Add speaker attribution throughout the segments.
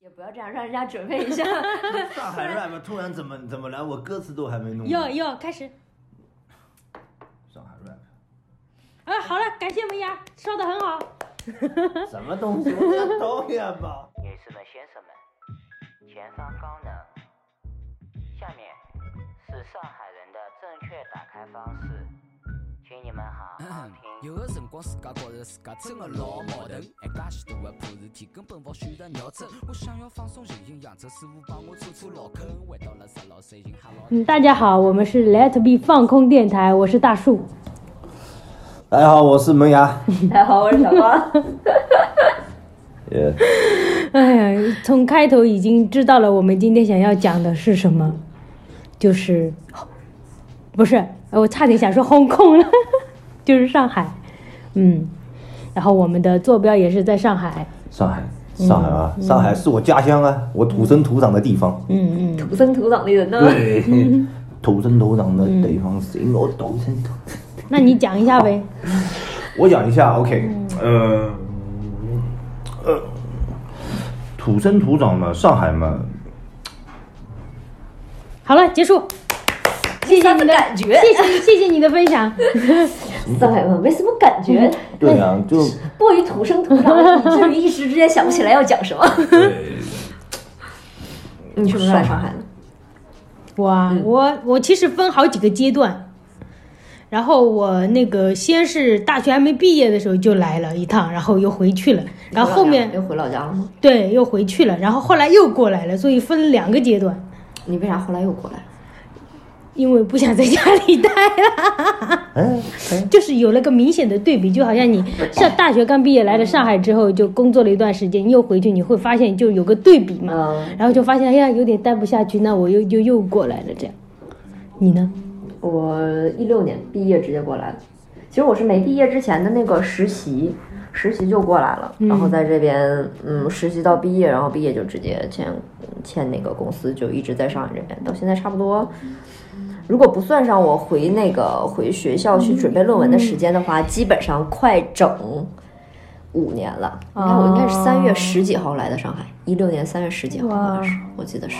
Speaker 1: 也不要这样，让人家准备 一下。
Speaker 2: 上海 rap 突然怎么怎么来，我歌词都还没弄。
Speaker 3: 哟哟，开始。
Speaker 2: 上海 rap
Speaker 3: 啊，好了，感谢门牙烧的很 好。
Speaker 2: 什么东西？我要导演 吧。
Speaker 4: 女士们、先生们，前方高能。下面是上海人的正确打开方式，请你们好好
Speaker 5: 嗯
Speaker 4: 听。
Speaker 5: 有个辰光，自家觉着自家真的老矛盾，一介许多的破事体根本勿选择闹真。我想要放松心情，扬州师傅帮我搓搓老坑，回到了十六岁，寻哈老。
Speaker 3: 嗯，大家好，我们是 Let Be 放空电台，我是大树。
Speaker 2: 大家哎好，我是门牙。
Speaker 1: 大家好，我是小光。
Speaker 2: 也
Speaker 3: 哎呀，从开头已经知道了我们今天想要讲的是什么，就是，不是，呃我差点想说轰控了， 就是上海，嗯，然后我们的坐标也是在上海，
Speaker 2: 上海，上海啊，上海是我家乡啊，我土生土长的地方。
Speaker 3: 嗯嗯，
Speaker 1: 土生土长的人呢？
Speaker 2: 对，土生土长的地方是因为我土生土长。
Speaker 3: 那你讲一下呗，
Speaker 2: 我讲一下，OK，呃，呃，土生土长嘛，上海嘛，
Speaker 3: 好了，结束，谢谢你的，
Speaker 1: 感觉
Speaker 3: 谢谢谢谢你的分享，
Speaker 1: 上海嘛，没什么感觉，
Speaker 3: 嗯
Speaker 2: 对啊，就
Speaker 1: 过于土生土长，以至于一时之间想不起来要讲什么。 你什么时候来上海的？
Speaker 3: 哇，我我其实分好几个阶段，然后我那个先是大学还没毕业的时候就来了一趟，然后又回去了，然后后面
Speaker 1: 又回老家了吗？
Speaker 3: 对又回去了，然后后来又过来了，所以分两个阶段，
Speaker 1: 你为啥后来又过来？
Speaker 3: 因为不想在家里待了，
Speaker 2: 哎 哎，
Speaker 3: 就是有了个明显的对比，就好像你上大学刚毕业来了上海之后，就工作了一段时间，又回去，你会发现就有个对比嘛，
Speaker 1: 嗯，
Speaker 3: 然后就发现哎呀有点待不下去，那我又就又过来了这样，你呢？
Speaker 1: 我一六年毕业直接过来的。其实我是没毕业之前的那个实习，实习就过来了，然后在这边嗯实习到毕业，然后毕业就直接签签那个公司，就一直在上海这边，到现在差不多。如果不算上我回那个回学校去准备论文的时间的话，基本上快整五年了。你看，我应该是三月十几号来的上海，一六年三月十几号好像是，我记得是。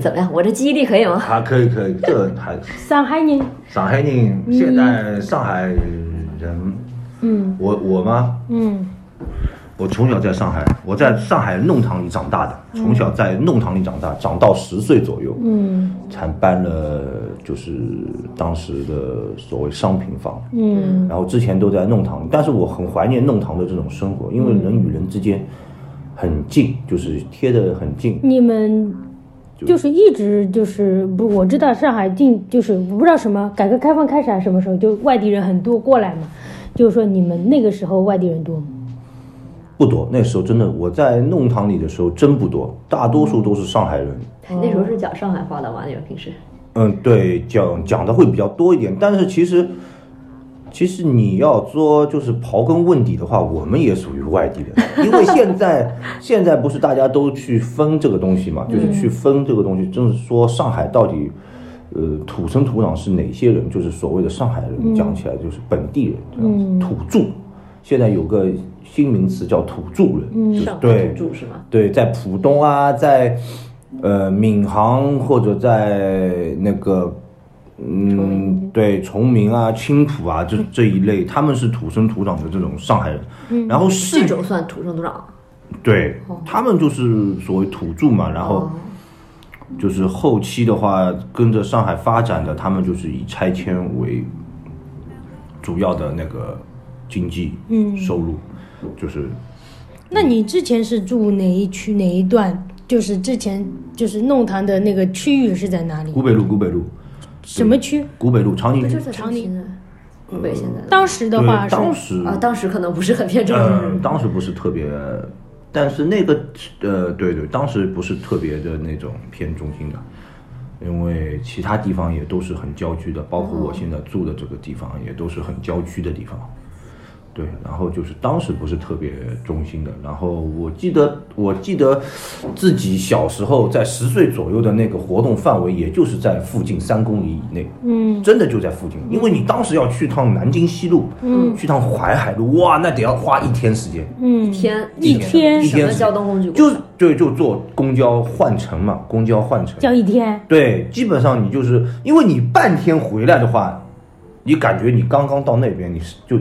Speaker 1: 怎么样？我这记忆力可以吗？
Speaker 2: 还啊可以可以，这还
Speaker 3: 上海人，
Speaker 2: 上海人，现在上海人，
Speaker 3: 嗯
Speaker 2: 我我吗？
Speaker 3: 嗯。
Speaker 2: 我从小在上海，我在上海弄堂里长大的，从小在弄堂里长大，长到十岁左右，
Speaker 3: 嗯
Speaker 2: 才搬了就是当时的所谓商品房，
Speaker 3: 嗯
Speaker 2: 然后之前都在弄堂，但是我很怀念弄堂的这种生活，因为人与人之间很近，就是贴得很近，。
Speaker 3: 你们就是一直就是不，我知道上海进就是我不知道什么改革开放开始啊还是什么时候，就外地人很多过来嘛，就是说你们那个时候外地人多吗？
Speaker 2: 不多。那时候真的我在弄堂里的时候真不多，大多数都是上海人。
Speaker 1: 哎那时候是
Speaker 3: 哦
Speaker 1: 讲上海话的吗？你们平时？
Speaker 2: 嗯，对，讲讲的会比较多一点，但是其实。其实你要说就是刨根问底的话，我们也属于外地人，因为现在现在不是大家都去分这个东西嘛，就是去分这个东西，就是说上海到底，呃，土生土长是哪些人？就是所谓的上海人，讲起来就是本地人，这样子土著。现在有个新名词叫土著人，
Speaker 3: 嗯
Speaker 2: 就是
Speaker 1: 上海
Speaker 2: 对
Speaker 1: 土著是吗？
Speaker 2: 对，在浦东啊，在呃闵行或者在那个嗯对崇明啊、青浦啊这
Speaker 1: 嗯
Speaker 2: 这一类，他们是土生土长的这种上海人，然后
Speaker 1: 这
Speaker 2: 市
Speaker 1: 种算土生
Speaker 3: 嗯
Speaker 1: 土长。
Speaker 2: 对他们就是所谓土著嘛，然后
Speaker 1: 哦
Speaker 2: 就是后期的话，跟着上海发展的，他们就是以拆迁为主要的那个经济
Speaker 1: 嗯
Speaker 2: 收入，就是
Speaker 3: 那你之前是住哪一区哪一段？就是之前就是弄堂的那个区域是在哪里
Speaker 2: 古？北路、古北路、
Speaker 3: 什么区？
Speaker 2: 古北路、长宁区。
Speaker 1: 在
Speaker 3: 长宁
Speaker 1: 湖北现在的
Speaker 3: 当时的话
Speaker 2: 对，呃
Speaker 3: 是
Speaker 2: 当时
Speaker 1: 啊，当时可能不是很偏重视。
Speaker 2: 嗯，当时不是特别，但是那个呃，对对，当时不是特别的那种偏中心的，因为其他地方也
Speaker 3: 嗯
Speaker 2: 都是很郊区的，包括我现在住的这个地方也都是很郊区的地方。对，然后就是当时不是特别忠心的，然后我记得我记得自己小时候在十岁左右的那个活动范围，也就是在附近三公里以内，
Speaker 3: 嗯
Speaker 2: 真的就在附近，因为你当时要去趟南京西路，
Speaker 3: 嗯
Speaker 2: 去趟淮海路，哇，那得要花一天时间，
Speaker 3: 嗯，
Speaker 1: 天
Speaker 3: 一天
Speaker 2: 一
Speaker 1: 什
Speaker 2: 天
Speaker 1: 么交通工具？
Speaker 2: 就对，就坐公交换乘嘛，公交换乘，
Speaker 3: 叫一天，
Speaker 2: 对，基本上你就是因为你半天回来的话，你感觉你刚刚到那边，你是就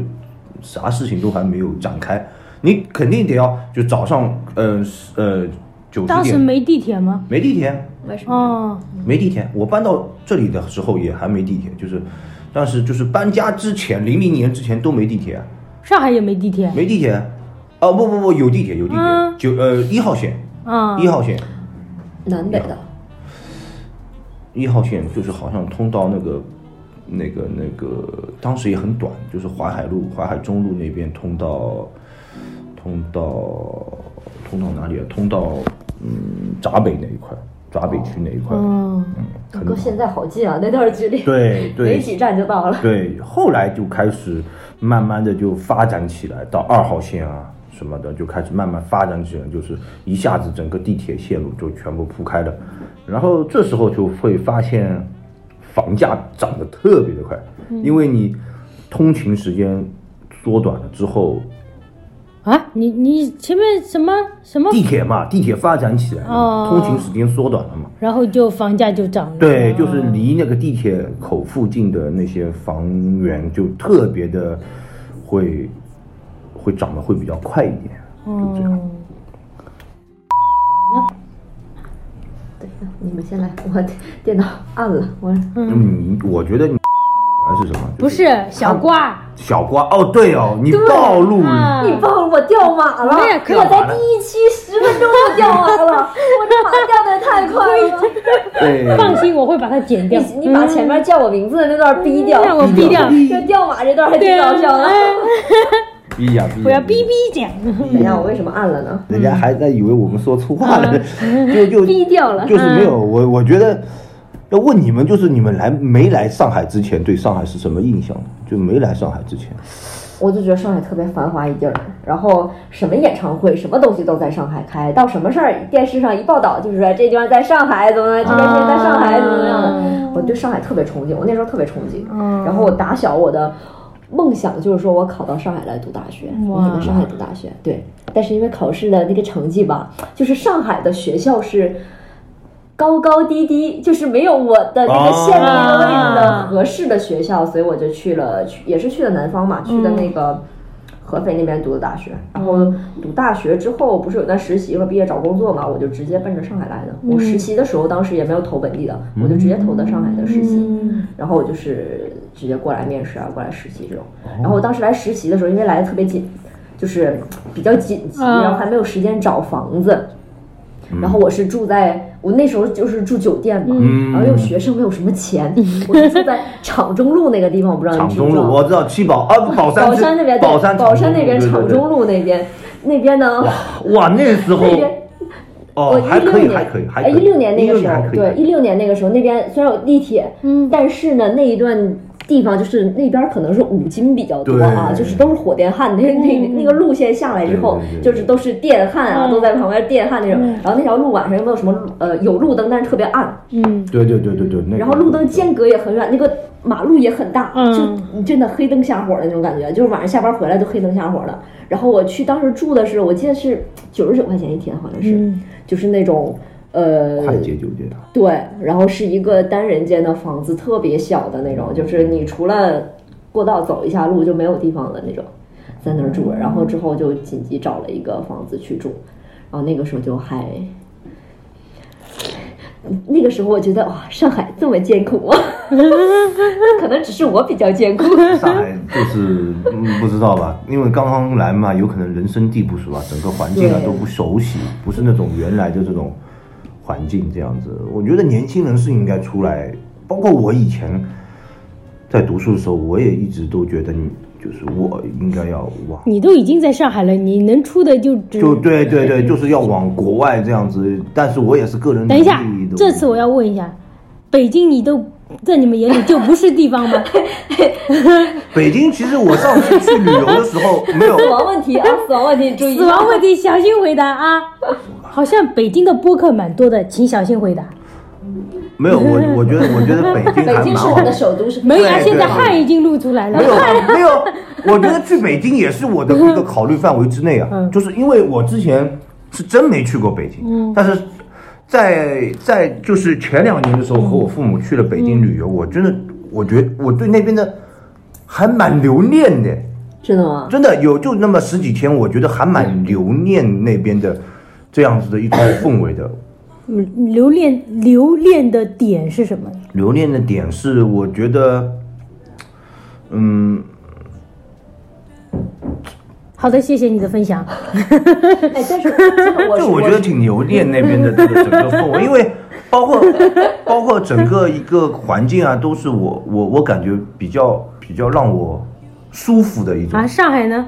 Speaker 2: 啥事情都还没有展开，你肯定得要就早上呃是呃九十
Speaker 3: 当时
Speaker 2: 点
Speaker 3: 没地铁吗？
Speaker 2: 没地铁，
Speaker 1: 为什么？
Speaker 3: 哦，
Speaker 2: 没地铁。我搬到这里的时候也还没地铁，就是但是就是搬家之前零零年之前都没地铁，啊
Speaker 3: 上海也没地铁
Speaker 2: 没地铁。哦不不不，有地铁有地铁，
Speaker 3: 嗯
Speaker 2: 九呃一号线
Speaker 3: 啊
Speaker 2: 一。号线
Speaker 1: 南北的，
Speaker 2: 一号线就是好像通到那个、那个、那个，当时也很短，就是淮海路、淮海中路那边通到、通到、通到哪里啊？通到嗯闸北那一块，闸北区那一块。
Speaker 3: 嗯，
Speaker 2: 嗯，很
Speaker 1: 哥现在好近啊，那段距离，
Speaker 2: 对
Speaker 1: 没
Speaker 2: 对
Speaker 1: 几站就到了。
Speaker 2: 对，后来就开始慢慢的就发展起来，到二号线啊什么的就开始慢慢发展起来，就是一下子整个地铁线路就全部铺开了，然后这时候就会发现房价涨得特别的快，因为你通勤时间缩短了之后，
Speaker 3: 啊，你你前面什么什么，
Speaker 2: 地铁嘛，地铁发展起来了
Speaker 3: 哦
Speaker 2: 嘛，通勤时间缩短了嘛。
Speaker 3: 然后就房价就涨了。
Speaker 2: 对，就是离那个地铁口附近的那些房源就特别的会会涨得会比较快一点，就这样。
Speaker 3: 嗯，
Speaker 1: 对，你们先来，我电脑按了，我
Speaker 3: 嗯
Speaker 2: 那么嗯你我觉得你还是什么？
Speaker 3: 不
Speaker 2: 就是
Speaker 3: 小瓜，
Speaker 2: 小瓜哦，对哦，你
Speaker 1: 对
Speaker 2: 暴露
Speaker 3: 啊
Speaker 1: 你忘了我掉马了，
Speaker 3: 我也哎可以
Speaker 1: 我在第一期十分钟就掉马了，我这马掉的太快了。
Speaker 2: 对
Speaker 3: 放心，我会把它剪掉。
Speaker 1: 你你把前面叫我名字的那段逼掉，
Speaker 3: 嗯让我逼掉
Speaker 1: 这掉马这段还挺
Speaker 3: 对啊
Speaker 1: 搞笑的。
Speaker 3: 哎
Speaker 2: 逼呀逼呀！
Speaker 3: 我要逼逼剪。
Speaker 1: 等一哎下，我为什么按了呢？
Speaker 2: 人家还在以为我们说粗
Speaker 3: 啊
Speaker 2: 话了，就 就
Speaker 1: 逼掉了
Speaker 3: 嗯
Speaker 2: 就是没有我，我觉得要问你们，就是你们来没来上海之前对上海是什么印象的？就没来上海之前，
Speaker 1: 我就觉得上海特别繁华一地儿，然后什么演唱会、什么东西都在上海开，到什么事儿电视上一报道就是说这地方在上海怎么样，这边在上海怎么样的。我对上海特别憧憬，我那时候特别憧憬。然后我打小我的梦想就是说我考到上海来读大学，我想在上海读大学。对，但是因为考试的那个成绩吧，就是上海的学校是。高高低低，就是没有我的那个限定位置的合适的学校，所以我就去了，去也是去了南方嘛，去的那个合肥那边读的大学。然后读大学之后，不是有段实习和毕业找工作嘛，我就直接奔着上海来的。我实习的时候，当时也没有投本地的，我就直接投的上海的实习。
Speaker 3: 嗯
Speaker 1: 然后我就是直接过来面试啊，过来实习这种。
Speaker 2: 哦
Speaker 1: 然后我当时来实习的时候，因为来的特别紧，就是比较紧急，
Speaker 3: 嗯
Speaker 1: 然后还没有时间找房子。然后我是住在我那时候就是住酒店嘛，
Speaker 2: 嗯
Speaker 1: 然后又学生没有什么钱，我是住在厂中路那个地方，我不知道你
Speaker 2: 厂
Speaker 1: 知
Speaker 2: 中
Speaker 1: 不知
Speaker 2: 路，
Speaker 1: 道。
Speaker 2: 我知道七宝啊，宝山
Speaker 1: 嗯宝
Speaker 2: 之
Speaker 1: 山那边，对
Speaker 2: 宝山
Speaker 1: 宝山那边
Speaker 2: 对对
Speaker 1: 厂
Speaker 2: 对
Speaker 1: 中路那边，那边呢，
Speaker 2: 哇，那时候
Speaker 1: 那边我
Speaker 2: 哦还
Speaker 1: 一
Speaker 2: 可
Speaker 1: 六
Speaker 2: 以，
Speaker 1: 年，
Speaker 2: 还可以，还
Speaker 1: 哎，
Speaker 2: 可以
Speaker 1: 一六年那个
Speaker 2: 16
Speaker 1: 时
Speaker 2: 还可
Speaker 1: 候，
Speaker 2: 以
Speaker 1: 对，一六年那个时候，那边虽然有地铁，
Speaker 3: 嗯
Speaker 1: 但是呢，那一段地方就是那边可能是五金比较多啊，
Speaker 2: 对
Speaker 1: 就是都是火电焊，那
Speaker 3: 嗯
Speaker 1: 那那个路线下来之后
Speaker 2: 对对，对
Speaker 1: 就是都是电焊啊，
Speaker 3: 嗯
Speaker 1: 都在旁边电焊那种。然后那条路晚上又没有什么路呃有路灯，但是特别暗，
Speaker 3: 嗯
Speaker 2: 对对对对对，那个
Speaker 1: 然后路灯间隔也很远，那个马路也很大，
Speaker 3: 嗯
Speaker 1: 就真的黑灯瞎火的那种感觉，就是晚上下班回来都黑灯瞎火的。然后我去当时住的是，我记得是九十九块钱一天，好像是，
Speaker 3: 嗯
Speaker 1: 就是那种呃
Speaker 2: 快捷酒店，啊
Speaker 1: 对，然后是一个单人间的房子，特别小的那
Speaker 3: 嗯
Speaker 1: 种，就是你除了过道走一下路就没有地方的那种，在那儿住。
Speaker 3: 嗯
Speaker 1: 然后之后就紧急找了一个房子去住，然后那个时候就还，那个时候我觉得哇，上海这么艰 苦啊，那可能只是我比较艰苦。
Speaker 2: 上海就是嗯不知道吧，因为刚刚来嘛，有可能人生地不熟啊，整个环境啊
Speaker 1: 对
Speaker 2: 都不熟悉，不是那种原来的这种环境这样子。我觉得年轻人是应该出来，包括我以前在读书的时候，我也一直都觉得你就是我应该要往
Speaker 3: 你都已经在上海了，你能出的就只
Speaker 2: 就对对对，就是要往国外这样子。但是我也是个人
Speaker 3: 等一下
Speaker 2: 能力的，
Speaker 3: 这次我要问一下，北京你都在你们眼里就不是地 方吗？
Speaker 2: 北京其实我上次去旅游的时 候没有，
Speaker 1: 死亡问题啊，死亡问题，注意
Speaker 3: 死亡问题小心回答啊！好像北京的播客蛮多的，请小心回答。
Speaker 2: 没有我我觉得我觉得北京还
Speaker 6: 北
Speaker 2: 蛮
Speaker 6: 京是
Speaker 2: 好
Speaker 6: 我
Speaker 2: 的
Speaker 6: 的。首都，是
Speaker 3: 没有啊，
Speaker 2: 对
Speaker 3: 现在
Speaker 2: 对
Speaker 3: 汗已经露出来了
Speaker 2: 没。有啊， 没
Speaker 3: 嗯
Speaker 2: 有，我觉得去北京也是我的一个考虑范围之内啊，
Speaker 3: 嗯
Speaker 2: 就是因为我之前是真没去过北京，但是在在就是前两年的时候和我父母去了北京旅
Speaker 3: 嗯
Speaker 2: 游，我真的我觉得我对那边的还蛮留念的，
Speaker 1: 真的吗？
Speaker 2: 真的有就那么十几天，我觉得还蛮留念那边的这样子的一种氛围的。
Speaker 3: 嗯留恋留恋的点是什么？
Speaker 2: 留恋的点是，我觉得，嗯，
Speaker 3: 好的，谢谢你的分享。
Speaker 6: 哎，但是真的我
Speaker 2: 这
Speaker 6: 是
Speaker 2: 我觉得挺留恋那边的这个整个氛 围，因为包括包括整个一个环境啊，都是我我我感觉比较比较让我舒服的一种，
Speaker 3: 啊，上海呢？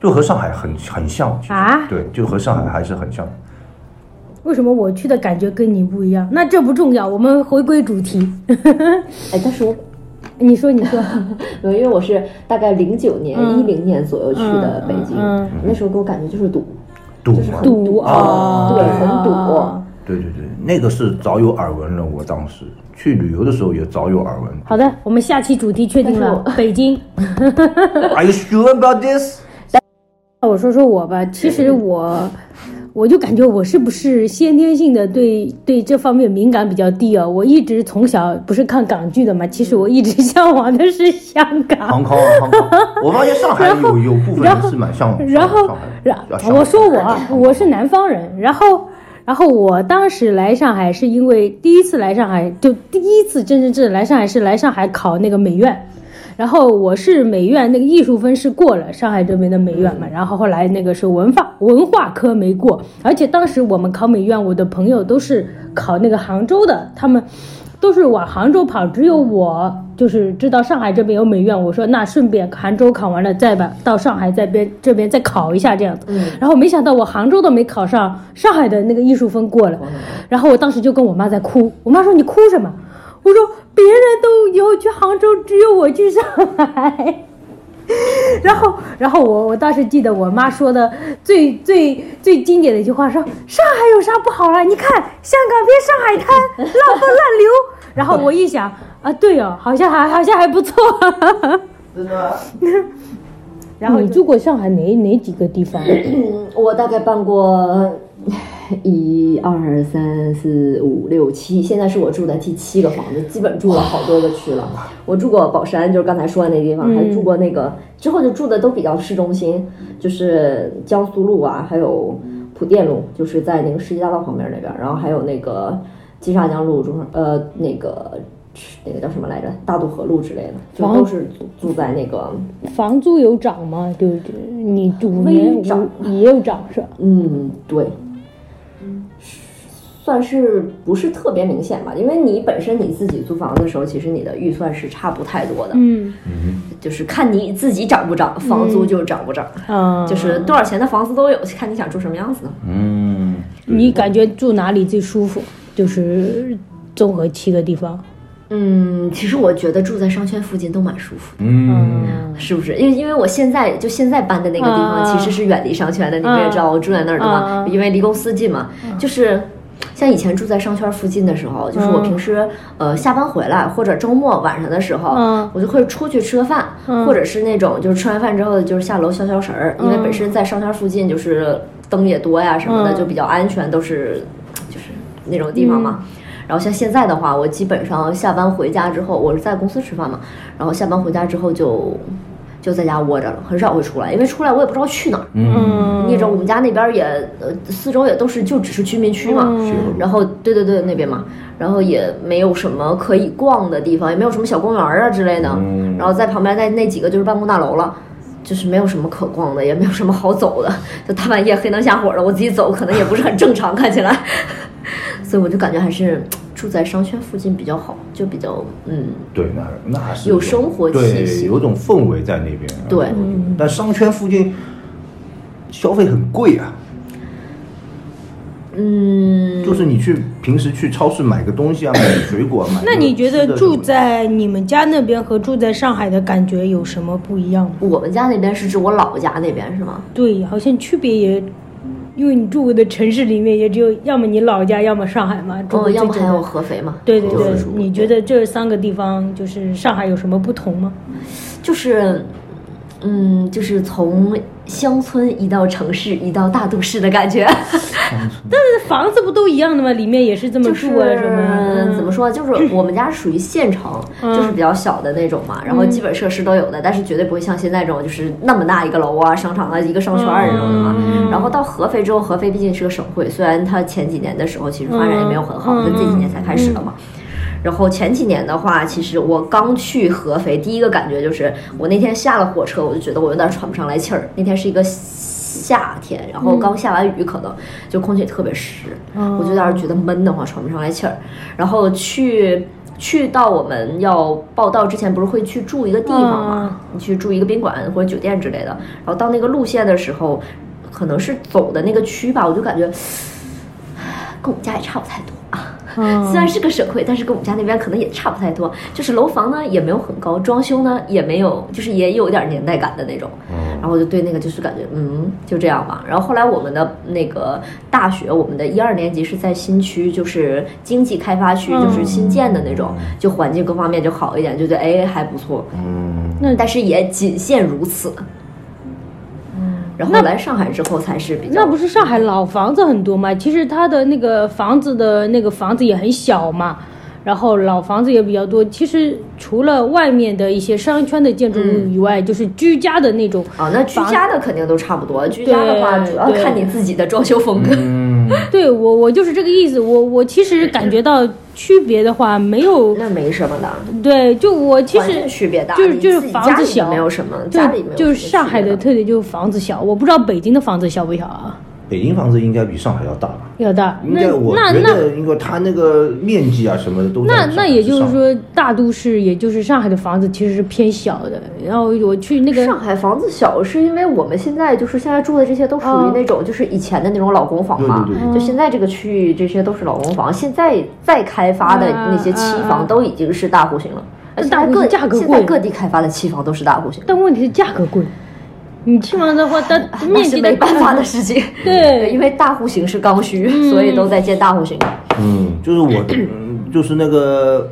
Speaker 2: 就和上海很很像其实
Speaker 3: 啊
Speaker 2: 对，就和上海还是很像。
Speaker 3: 为什么我去的感觉跟你不一样？那这不重要，我们回归主题。
Speaker 1: 哎，但是我
Speaker 3: 你说，你说，
Speaker 1: 没有，因为我是大概零九年、一
Speaker 3: 嗯
Speaker 1: 零、年左右去的北京，
Speaker 3: 嗯嗯
Speaker 1: 那时候给我感觉就是堵，
Speaker 2: 堵
Speaker 1: 就是
Speaker 2: 嘛
Speaker 1: 很
Speaker 3: 堵啊
Speaker 1: 对，很堵。
Speaker 2: 对对对，那个是早有耳闻了。我当时去旅游的时候也早有耳闻。
Speaker 3: 好的，我们下期主题确定了
Speaker 1: 但，
Speaker 3: 北京。
Speaker 2: Are you sure about this？
Speaker 3: 那我说说我吧，其实我，我就感觉我是不是先天性的对对这方面敏感比较低哦？我一直从小不是看港剧的嘛，其实我一直向往的是香港。
Speaker 2: 航空啊，航空！我发现上海有有部分人是蛮像上海
Speaker 3: 然后
Speaker 2: 上海，
Speaker 3: 然
Speaker 2: 要上海
Speaker 3: 我说我啊我是南方人，然后然后我当时来上海是因为第一次来上海，就第一次真真正正来上海是来上海考那个美院。然后我是美院那个艺术分是过了，上海这边的美院嘛，然后后来那个是文化文化科没过，而且当时我们考美院，我的朋友都是考那个杭州的，他们都是往杭州跑，只有我就是知道上海这边有美院，我说那顺便杭州考完了再吧，到上海这边这边再考一下这样子。然后没想到我杭州都没考上，上海的那个艺术分过了，然后我当时就跟我妈在哭，我妈说你哭什么？我说别人都以后去杭州，只有我去上海。然后，然后我我当时记得我妈说的最最最经典的一句话说：“上海有啥不好啊？你看香港比上海滩，浪风浪流。”然后我一想啊，对哦，好像还好像还不错。
Speaker 2: 真的。
Speaker 3: 然后你嗯住过上海哪哪几个地方？
Speaker 1: 嗯，我大概办过呃一二三四五六七，现在是我住的第七个房子，基本住了好多个区了。我住过宝山，就是刚才说的那地方，还住过那个之后就住的都比较市中心，就是江苏路啊，还有普甸路，就是在那个世纪大道旁边那边，然后还有那个金沙江路、中山呃那个那个叫什么来着，大渡河路之类的，就
Speaker 3: 房
Speaker 1: 都是住住在那个
Speaker 3: 房租有涨吗？就是你五
Speaker 1: 微
Speaker 3: 年
Speaker 1: 涨
Speaker 3: 五也有涨是吧？
Speaker 1: 嗯，对，算是不是特别明显吧？因为你本身你自己租房子的时候，其实你的预算是差不太多的，
Speaker 3: 嗯
Speaker 1: 就是看你自己涨不涨，房租就涨不涨，
Speaker 3: 啊，
Speaker 1: 就是多少钱的房子都有，看你想住什么样子的。
Speaker 2: 嗯，
Speaker 3: 你感觉住哪里最舒服？就是综合七个地方。
Speaker 1: 嗯，其实我觉得住在商圈附近都蛮舒服的。
Speaker 2: 嗯，
Speaker 1: 是不是？因为因为我现在就现在搬的那个地方
Speaker 3: 啊
Speaker 1: 其实是远离商圈的，你们也知道我住在那儿的
Speaker 3: 啊
Speaker 1: 嘛，因为离公司近嘛，
Speaker 3: 嗯
Speaker 1: 就是。像以前住在商圈附近的时候，就是
Speaker 3: 嗯
Speaker 1: 我平时、呃下班回来或者周末晚上的时候，
Speaker 3: 嗯
Speaker 1: 我就会出去吃个饭，或者是那种就是吃完饭之后就是下楼消消食儿，因为本身在商圈附近就是灯也多呀什么的，
Speaker 3: 嗯
Speaker 1: 就比较安全，都是就是那种地方
Speaker 3: 嗯
Speaker 1: 嘛。然后像现在的话，我基本上下班回家之后，我是在公司吃饭嘛，然后下班回家之后就就在家窝着了，很少会出来，因为出来我也不知道去哪儿。
Speaker 3: 嗯
Speaker 1: 你也知道我们家那边儿也呃四周也都是就只是居民区嘛，然后对对对那边嘛，然后也没有什么可以逛的地方，也没有什么小公园儿啊之类的，
Speaker 2: 嗯
Speaker 1: 然后在旁边那那几个就是办公大楼了。就是没有什么可逛的，也没有什么好走的，就大半夜黑灯瞎火的，我自己走可能也不是很正常，看起来， 所以我就感觉还是嗯住在商圈附近比较好，就比较嗯，
Speaker 2: 对，那那是
Speaker 1: 有生活气息
Speaker 2: 对，有种氛围在那边。啊
Speaker 1: 对
Speaker 3: 嗯
Speaker 2: 但商圈附近消费很贵啊，
Speaker 1: 嗯，
Speaker 2: 就是你去平时去超市买个东西啊，买 个水果啊，买
Speaker 3: 那
Speaker 2: 个
Speaker 3: 你觉
Speaker 2: 吃的
Speaker 3: 得
Speaker 2: 什
Speaker 3: 住
Speaker 2: 么
Speaker 3: 在你们家那边和住在上海的感觉有什么不一样吗？
Speaker 1: 我们家那边是指我老家那边是吗？
Speaker 3: 对，好像区别也，因为你住过的城市里面也只有要么你老家，要么上海嘛。住
Speaker 1: 嗯，
Speaker 3: 过
Speaker 1: 要
Speaker 3: 最
Speaker 1: 不
Speaker 3: 久
Speaker 1: 还有
Speaker 3: 的。
Speaker 1: 合肥嘛。
Speaker 3: 对对
Speaker 2: 就是
Speaker 3: 对
Speaker 2: 住，过
Speaker 3: 你觉得这三个地方就是上海有什么不同吗？
Speaker 1: 就是，嗯，就是从乡村移到城市，移到大都市的 感觉。
Speaker 3: 这房子不都一样的吗？里面也是这么
Speaker 1: 就是
Speaker 3: 住啊什么？
Speaker 1: 怎么？说，啊就是我们家属于县城，
Speaker 3: 嗯
Speaker 1: 就是比较小的那种嘛，然后基本设施都有的，但是绝对不会像现在这种就是那么大一个楼啊、商场啊、一个商圈儿这种的嘛。
Speaker 3: 嗯
Speaker 1: 然后到合肥之后，合肥毕竟是个省会，虽然它前几年的时候其实发展也没有很好，
Speaker 3: 嗯
Speaker 1: 但这几年才开始的嘛。然后前几年的话，其实我刚去合肥，第一个感觉就是，我那天下了火车，我就觉得我有点喘不上来气儿。那天是一个夏天，然后刚下完雨，可能就空气特别湿，我就有点觉得闷得慌，喘不上来气儿。然后去去到我们要报到之前，不是会去住一个地方嘛？你去住一个宾馆或者酒店之类的。然后到那个路线的时候，可能是走的那个区吧，我就感觉跟我们家也差不太多啊。
Speaker 3: 嗯
Speaker 1: 虽然是个省会，但是跟我们家那边可能也差不太多。就是楼房呢也没有很高，装修呢也没有，就是也有点年代感的那种。然后我就对那个就是感觉，嗯，就这样吧。然后后来我们的那个大学，我们的一二年级是在新区，就是经济开发区，就是新建的那种，就环境各方面就好一点，就觉得哎还不错。
Speaker 2: 嗯，
Speaker 1: 但是也仅限如此。然后来上海之后才是比较，嗯
Speaker 3: 那不是上海老房子很多嘛？其实它的那个房子的那个房子也很小嘛，然后老房子也比较多。其实除了外面的一些商圈的建筑物
Speaker 1: 嗯
Speaker 3: 以外，就是居家的那种。
Speaker 1: 啊，那居家的肯定都差不多。居家的话，
Speaker 3: 对
Speaker 1: 主要看你自己的装修风格。
Speaker 3: 对我，我就是这个意思。我我其实感觉到区别的话，没有
Speaker 1: 那没什么的，
Speaker 3: 对，就我其
Speaker 1: 环
Speaker 3: 实
Speaker 1: 境区别大，
Speaker 3: 就是
Speaker 1: 你
Speaker 3: 就是
Speaker 1: 自己
Speaker 3: 房
Speaker 1: 家
Speaker 3: 子
Speaker 1: 里
Speaker 3: 小
Speaker 1: 没有什么，
Speaker 3: 对
Speaker 1: 家里没有
Speaker 3: 就是
Speaker 1: 什么
Speaker 3: 上
Speaker 1: 区
Speaker 3: 海
Speaker 1: 别
Speaker 3: 的特点就是房子小，我不知道北京的房子小不小啊？
Speaker 2: 北京房子应该比上海要大吧？
Speaker 3: 要大，
Speaker 2: 应
Speaker 3: 那
Speaker 2: 该我
Speaker 3: 那
Speaker 2: 觉
Speaker 3: 那
Speaker 2: 得，因为它那个面积啊什么的都在
Speaker 3: 那
Speaker 2: 上
Speaker 3: 那
Speaker 2: 海
Speaker 3: 也
Speaker 2: 之
Speaker 3: 就是
Speaker 2: 上，
Speaker 3: 说，大都市也就是上海的房子其实是偏小的。然后我去那个
Speaker 1: 上海房子小，是因为我们现在就是现在住的这些都属于
Speaker 3: 哦
Speaker 1: 那种就是以前的那种老公房嘛，
Speaker 2: 对对
Speaker 3: 嗯
Speaker 2: 对
Speaker 1: 就现在这个区域这些都是老公房，现在再开发的那些期
Speaker 3: 嗯嗯
Speaker 1: 房
Speaker 3: 嗯
Speaker 1: 都已经是大户型了。而且
Speaker 3: 大户型
Speaker 1: 各
Speaker 3: 价格
Speaker 1: 现在
Speaker 3: 贵
Speaker 1: 各地开发的期房都是大户型，
Speaker 3: 但问题是价格贵，你期房的话，它
Speaker 1: 啊那
Speaker 3: 面
Speaker 1: 是
Speaker 3: 积嗯
Speaker 1: 没
Speaker 3: 的
Speaker 1: 办法的事情。
Speaker 3: 对
Speaker 1: 因为大户型是刚需，
Speaker 3: 嗯
Speaker 1: 所以都在建大户型。
Speaker 2: 嗯，就是我，嗯就是那个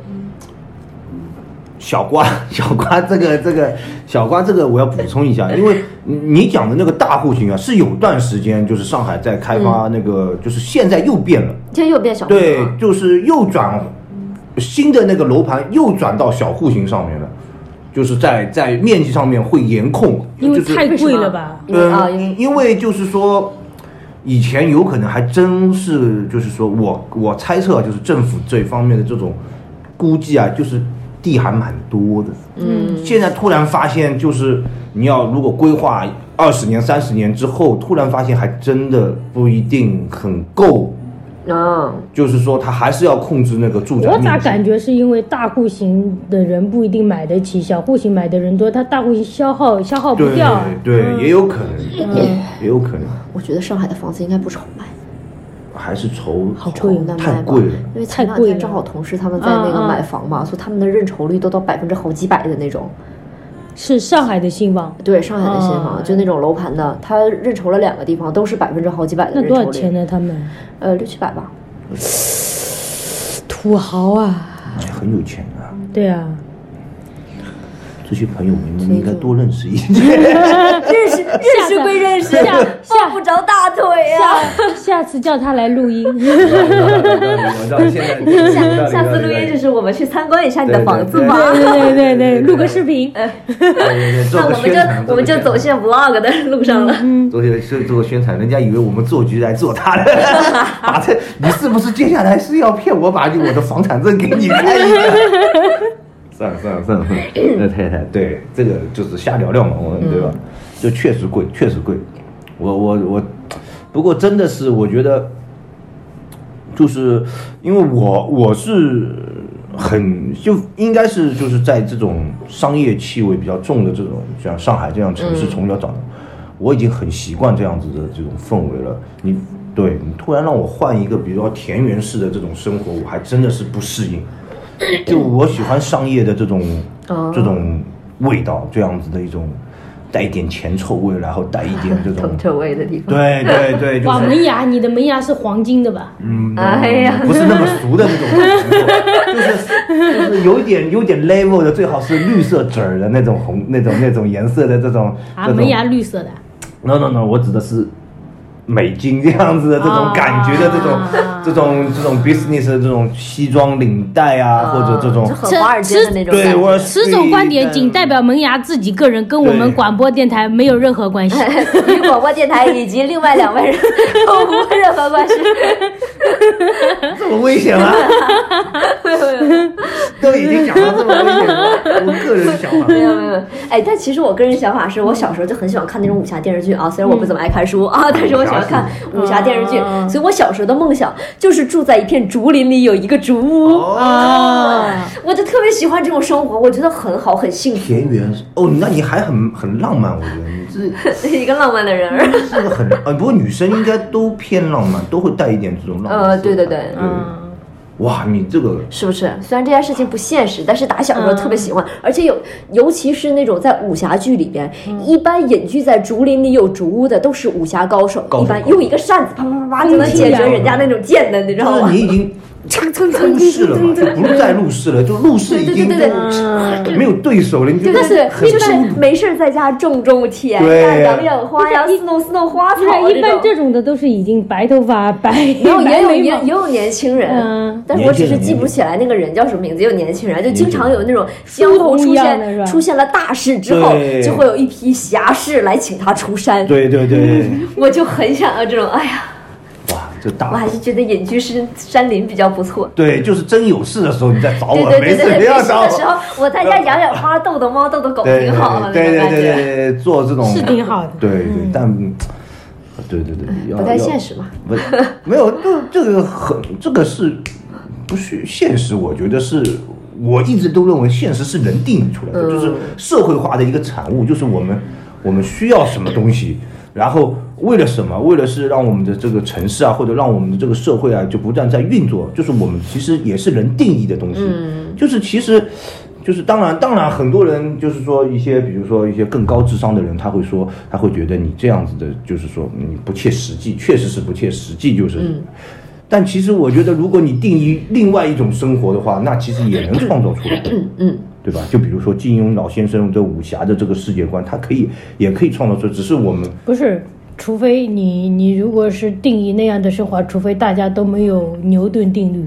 Speaker 2: 小瓜， 小瓜这个这个小瓜这个我要补充一下，因为你你讲的那个大户型啊，是有段时间就是上海在开发那个，就是现在又变了，
Speaker 1: 现在又变小户型
Speaker 2: 对
Speaker 1: 了，，
Speaker 2: 就是又转新的那个楼盘又转到小户型上面了，就是在在面积上面会严控，
Speaker 3: 因为
Speaker 2: 就是
Speaker 3: 太
Speaker 1: 为什
Speaker 3: 贵
Speaker 1: 么
Speaker 3: 了吧？
Speaker 1: 因为啊，
Speaker 2: 嗯
Speaker 1: 因为
Speaker 2: 因因为就是说，以前有可能还真是就是说我我猜测啊就是政府这方面的这种估计啊，就是地还蛮多的。嗯，现在突然发现，就是你要如果规划二十年、三十年之后，突然发现还真的不一定很够。
Speaker 1: 啊，
Speaker 2: 就是说，它还是要控制那个住宅
Speaker 3: 我
Speaker 2: 面积。
Speaker 3: 咋感觉是因为大户型的人不一定买得起，小户型买的人多，它大户型消耗消耗不
Speaker 2: 对
Speaker 3: 掉。啊嗯
Speaker 2: 对、也有可能，也有可能
Speaker 1: 我觉得上海的房子应该不愁卖。
Speaker 2: 还是愁
Speaker 1: 好
Speaker 3: 贵
Speaker 1: 困难
Speaker 2: 哦太
Speaker 1: 卖吧
Speaker 2: 贵了。
Speaker 1: 因为前两
Speaker 3: 太贵
Speaker 1: 天
Speaker 3: 了
Speaker 1: 正好同事他们在那
Speaker 3: 嗯
Speaker 1: 个
Speaker 3: 嗯
Speaker 1: 买房嘛，所以他们的认筹率都到百分之好几百的那种。
Speaker 3: 是上海的新房，
Speaker 1: 对，上海的新房、
Speaker 3: 嗯
Speaker 1: 就那种楼盘的，他认筹了两个地方，都是百分之好几百的
Speaker 3: 那
Speaker 1: 认筹率。
Speaker 3: 多少钱？呢？他们
Speaker 1: 呃，六七百吧。
Speaker 3: 土豪啊，
Speaker 2: 哎很有钱啊。
Speaker 3: 对啊，
Speaker 2: 这些朋友，你们应该多认识一些。
Speaker 3: 呃
Speaker 1: 认识认识归认识，抱不着大腿啊呀、
Speaker 3: 下下次叫他来 录音。
Speaker 2: 我到现在，
Speaker 1: 下下次录音就是我们去参观一下你的房子吧。
Speaker 3: 对对对对，录个视频。
Speaker 1: 那我们就我们就走进 vlog 的路上了。
Speaker 2: 做些做做个宣传，人家以为我们做局来做 他的，把这你是不是接下来是要骗我把你我的房产证给你看一 下？算了算了算了，那太太对这个就是瞎聊聊嘛，我们对吧？就确实贵，确实贵。我我我，不过真的是我觉得，就是因为我我是很就应该是就是在这种商业气味比较重的这种像
Speaker 1: 嗯
Speaker 2: 上海这样城市从小长的，我已经很习惯这样子的这种氛围了。你对你突然让我换一个，比如说田园式的这种生活，我还真的是不适应。就我喜欢商业的这种、
Speaker 1: 哦
Speaker 2: 这种味道，这样子的一种，带一点钱臭味，然后带一点 这种
Speaker 1: 铜，臭味的地方。
Speaker 2: 对对对，就
Speaker 3: 哇，
Speaker 2: 是
Speaker 3: 门 牙，你的门牙是黄金的吧？
Speaker 2: 嗯，
Speaker 1: 哎呀
Speaker 2: 不是那么俗的那种就是就是有一点有点 level 的，最好是绿色籽儿的那种红那种那种颜色的这种
Speaker 3: 啊，
Speaker 2: 这
Speaker 3: 门
Speaker 2: 种
Speaker 3: 牙绿色的，
Speaker 2: No no no，我指的是美金这样子的这种
Speaker 3: 啊
Speaker 2: 感觉的这种、这种这种 business 的这种西装领带啊，或者这种
Speaker 1: 就很华尔街的那种
Speaker 2: 对
Speaker 1: 感觉
Speaker 2: 我
Speaker 3: 此种观点仅代表门牙自己个人，跟我们
Speaker 2: 对
Speaker 3: 广播电台没有任何关 系。
Speaker 1: 与广播电台以及另外两位人 无任何关系。
Speaker 2: 这么危险吗？ 都已经讲到这么危险了，我个人想法
Speaker 1: 没有没有，哎，但其实我个人想法是我小时候就很喜欢看那种武侠电视剧啊，虽然我不怎么爱看书啊，但是我喜欢看武侠电视剧
Speaker 3: 啊，
Speaker 1: 所以我小时候的梦想就是住在一片竹林里有一个竹屋，
Speaker 2: 哦
Speaker 3: 啊，
Speaker 1: 我就特别喜欢这种生活，我觉得很好，很幸福，
Speaker 2: 田园哦，那你还很很浪漫，我觉得你这
Speaker 1: 一个浪漫的人儿。
Speaker 2: 是个很呃，不过女生应该都偏浪漫，都会带一点这种浪漫。
Speaker 1: 呃对对对
Speaker 3: 嗯，
Speaker 2: 哇，你这个
Speaker 1: 是不是？虽然这件事情不现实，但是打小时候特别喜欢，而且有，尤其是那种在武侠剧里边，一般隐居在竹林里有竹屋的都是武侠高手，
Speaker 2: 高手
Speaker 1: 一般用一个扇子啪啪啪啪就
Speaker 3: 嗯
Speaker 1: 能解决
Speaker 3: 是的
Speaker 1: 人家那种剑的，你知
Speaker 2: 就
Speaker 1: 道吗
Speaker 2: 是你？已 经
Speaker 1: 蹭蹭
Speaker 2: 入世了嘛，就不是在入世了，就入世已经
Speaker 1: 对对对
Speaker 2: 就没有对手了，你就
Speaker 1: 对对对，
Speaker 2: 很
Speaker 1: 一般没事儿在家种种田
Speaker 2: 对
Speaker 1: 呀，养养花呀，
Speaker 3: 一
Speaker 1: 弄弄花
Speaker 3: 不是
Speaker 1: 草啊
Speaker 3: 一般
Speaker 1: 这种。
Speaker 3: 这种的都是已经白头发 白，
Speaker 1: 然后
Speaker 3: 白
Speaker 1: 也有也
Speaker 3: 眉毛
Speaker 1: 也有年轻人
Speaker 3: 嗯，
Speaker 1: 但是我只
Speaker 2: 年
Speaker 1: 是
Speaker 2: 轻人
Speaker 1: 记不起来那个人叫什么名字。也有年轻人，就经常有那种江
Speaker 3: 人
Speaker 1: 湖出
Speaker 3: 书童一样的是
Speaker 1: 现
Speaker 3: 吧
Speaker 1: 出现了大事之后，
Speaker 2: 对
Speaker 1: 就会有一批侠士来请他出山。
Speaker 2: 对对对，
Speaker 1: 我就很想要这种，哎呀，
Speaker 2: 哇，这
Speaker 1: 我
Speaker 2: 大
Speaker 1: 还。是觉得隐居山山林比较不错。
Speaker 2: 对，就是真有事的时候你再找
Speaker 1: 对
Speaker 2: 我，
Speaker 1: 对
Speaker 2: 哦没
Speaker 1: 对
Speaker 2: 事
Speaker 1: 对对，
Speaker 2: 不
Speaker 1: 没
Speaker 2: 要
Speaker 1: 事
Speaker 2: 找
Speaker 1: 的时
Speaker 2: 我。
Speaker 1: 候，我在家养养花、逗逗猫、逗逗狗，
Speaker 2: 对
Speaker 1: 挺好的
Speaker 2: 对
Speaker 1: 那
Speaker 2: 对
Speaker 1: 种感
Speaker 2: 对
Speaker 1: 觉。嗯
Speaker 2: 对对，做这种
Speaker 3: 是挺好的
Speaker 2: 对对，但对对对，要
Speaker 1: 不太
Speaker 2: 要
Speaker 1: 现实嘛。
Speaker 2: 不，没有，就这个很，这个是不是现实？我觉得是，我一直都认为现实是人定义出来的，
Speaker 1: 嗯
Speaker 2: 就是社会化的一个产物，就是我们我们需要什么东西，然后为了什么？为了是让我们的这个城市啊，或者让我们的这个社会啊，就不断在运作，就是我们其实也是人定义的东西，就是其实。就是当然，当然，很多人就是说一些，比如说一些更高智商的人，他会说，他会觉得你这样子的，就是说你不切实际，确实是不切实际，就是。但其实我觉得，如果你定义另外一种生活的话，那其实也能创造出来 的，嗯，对吧？就比如说金庸老先生的武侠的这个世界观，他可以也可以创造出来，只是我们
Speaker 3: 不是，除非你你如果是定义那样的生活，除非大家都没有牛顿定律，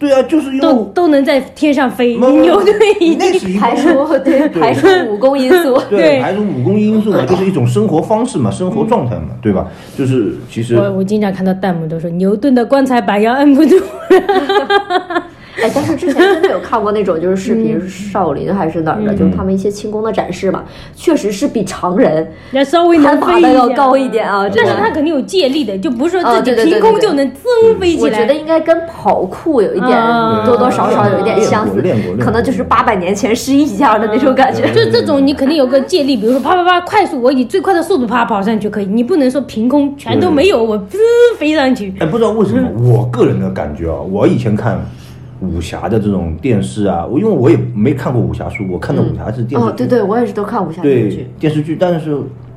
Speaker 2: 对啊，就是因为
Speaker 3: 都都能在天上飞，
Speaker 2: 没有没有
Speaker 3: 牛顿一
Speaker 2: 那
Speaker 3: 定
Speaker 2: 是一个
Speaker 1: 排除对排除武功因素。
Speaker 2: 对
Speaker 3: 对
Speaker 2: 排除武功因 素嘛，啊就是一种生活方式
Speaker 1: 嗯
Speaker 2: 嘛，生活状态嘛，对吧？就是其实
Speaker 3: 我我经常看到弹幕都说牛顿的棺材板要摁不住，
Speaker 1: 哎，但是之前真的有看过那种，就是视
Speaker 3: 嗯
Speaker 1: 频，是少林还是哪儿的，就是他们一些轻功的展示嘛，确实是比常人
Speaker 3: 要稍微
Speaker 1: 攀
Speaker 3: 能
Speaker 1: 爬
Speaker 3: 飞
Speaker 1: 的
Speaker 3: 一
Speaker 1: 要
Speaker 3: 下
Speaker 1: 高一点。啊，真
Speaker 3: 但是
Speaker 1: 的。
Speaker 3: 它肯定有借力的，就不是
Speaker 1: 啊
Speaker 3: 说自
Speaker 1: 对对
Speaker 3: 己凭
Speaker 1: 对对
Speaker 3: 空
Speaker 1: 对
Speaker 3: 就能噌飞起
Speaker 1: 我
Speaker 3: 来。
Speaker 1: 觉得应该跟跑酷有一点
Speaker 3: 啊
Speaker 1: 多多少少有一点相似
Speaker 2: 练过练过练，过啊
Speaker 1: 可能就是八百年前失忆一下的那
Speaker 3: 嗯
Speaker 1: 种感觉。
Speaker 3: 就这种，你肯定有个借力，比如说啪啪啪，快速，我以最快的速度啪跑上去可以，你不能说凭空全都没有，我滋飞上去。
Speaker 2: 哎，不知道为什么，
Speaker 1: 嗯
Speaker 2: 我个人的感觉啊，我以前看武侠的这种电视啊，我因为我也没看过武侠书，我看的武侠是电视
Speaker 1: 哦，
Speaker 2: 剧，
Speaker 1: 对对，我也是都看武侠
Speaker 2: 对
Speaker 1: 电视剧。
Speaker 2: 电视剧，但是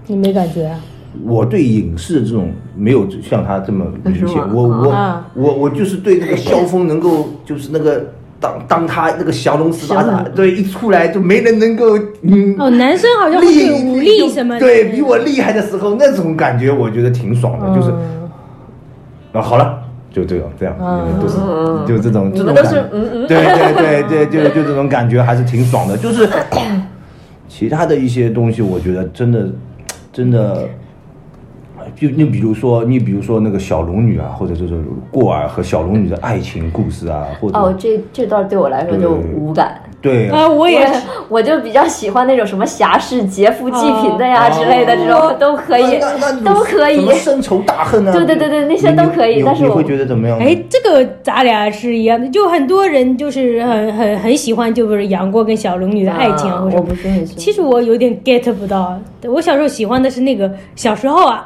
Speaker 3: 你没感觉啊？
Speaker 2: 我对影视这种没有像他这么明
Speaker 1: 是
Speaker 2: 显
Speaker 1: 吗，
Speaker 2: 我我
Speaker 3: 啊
Speaker 2: 我我就是对那个萧峰能够就是那个。当当他那个降龙十八掌，对一出来就没人能够嗯
Speaker 3: 哦，男生好像会
Speaker 2: 厉
Speaker 3: 对武力什么的，
Speaker 2: 对比我厉害的时候，那种感觉我觉得挺爽的，就是
Speaker 3: 嗯
Speaker 2: 啊，好了，就这种这样，
Speaker 3: 嗯
Speaker 2: 你们都是
Speaker 1: 嗯
Speaker 2: 就这种，
Speaker 1: 你
Speaker 2: 这
Speaker 1: 们
Speaker 2: 种感
Speaker 1: 都是
Speaker 2: 觉
Speaker 1: 嗯嗯
Speaker 2: 对对对对，就就这种感觉还是挺爽的。就是 其他的一些东西，我觉得真的真的。就你比如说，你比如说那个小龙女啊，或者就是过儿和小龙女的爱情故事啊，或者、
Speaker 1: 哦，这这段对我来说就无感。
Speaker 2: 对
Speaker 3: 啊，我也是。
Speaker 1: 我就比较喜欢那种什么侠士劫富济贫的呀
Speaker 2: 哦
Speaker 1: 之类的这种都可以
Speaker 2: 那那那，你
Speaker 1: 都可
Speaker 2: 什
Speaker 1: 以
Speaker 2: 么。深仇大恨啊，
Speaker 1: 对对对对那些
Speaker 2: 你
Speaker 1: 都可以
Speaker 2: 你
Speaker 1: 但是
Speaker 2: 你
Speaker 1: 我
Speaker 2: 会觉得怎么样呢？
Speaker 3: 哎，这个咱俩是一样的，就很多人就是很很很喜欢，就是杨过跟小龙女的爱情啊，
Speaker 1: 啊
Speaker 3: 或者
Speaker 1: 我不是很喜欢
Speaker 3: 其实我有点 get 不到，我小时候喜欢的是那个小时候啊，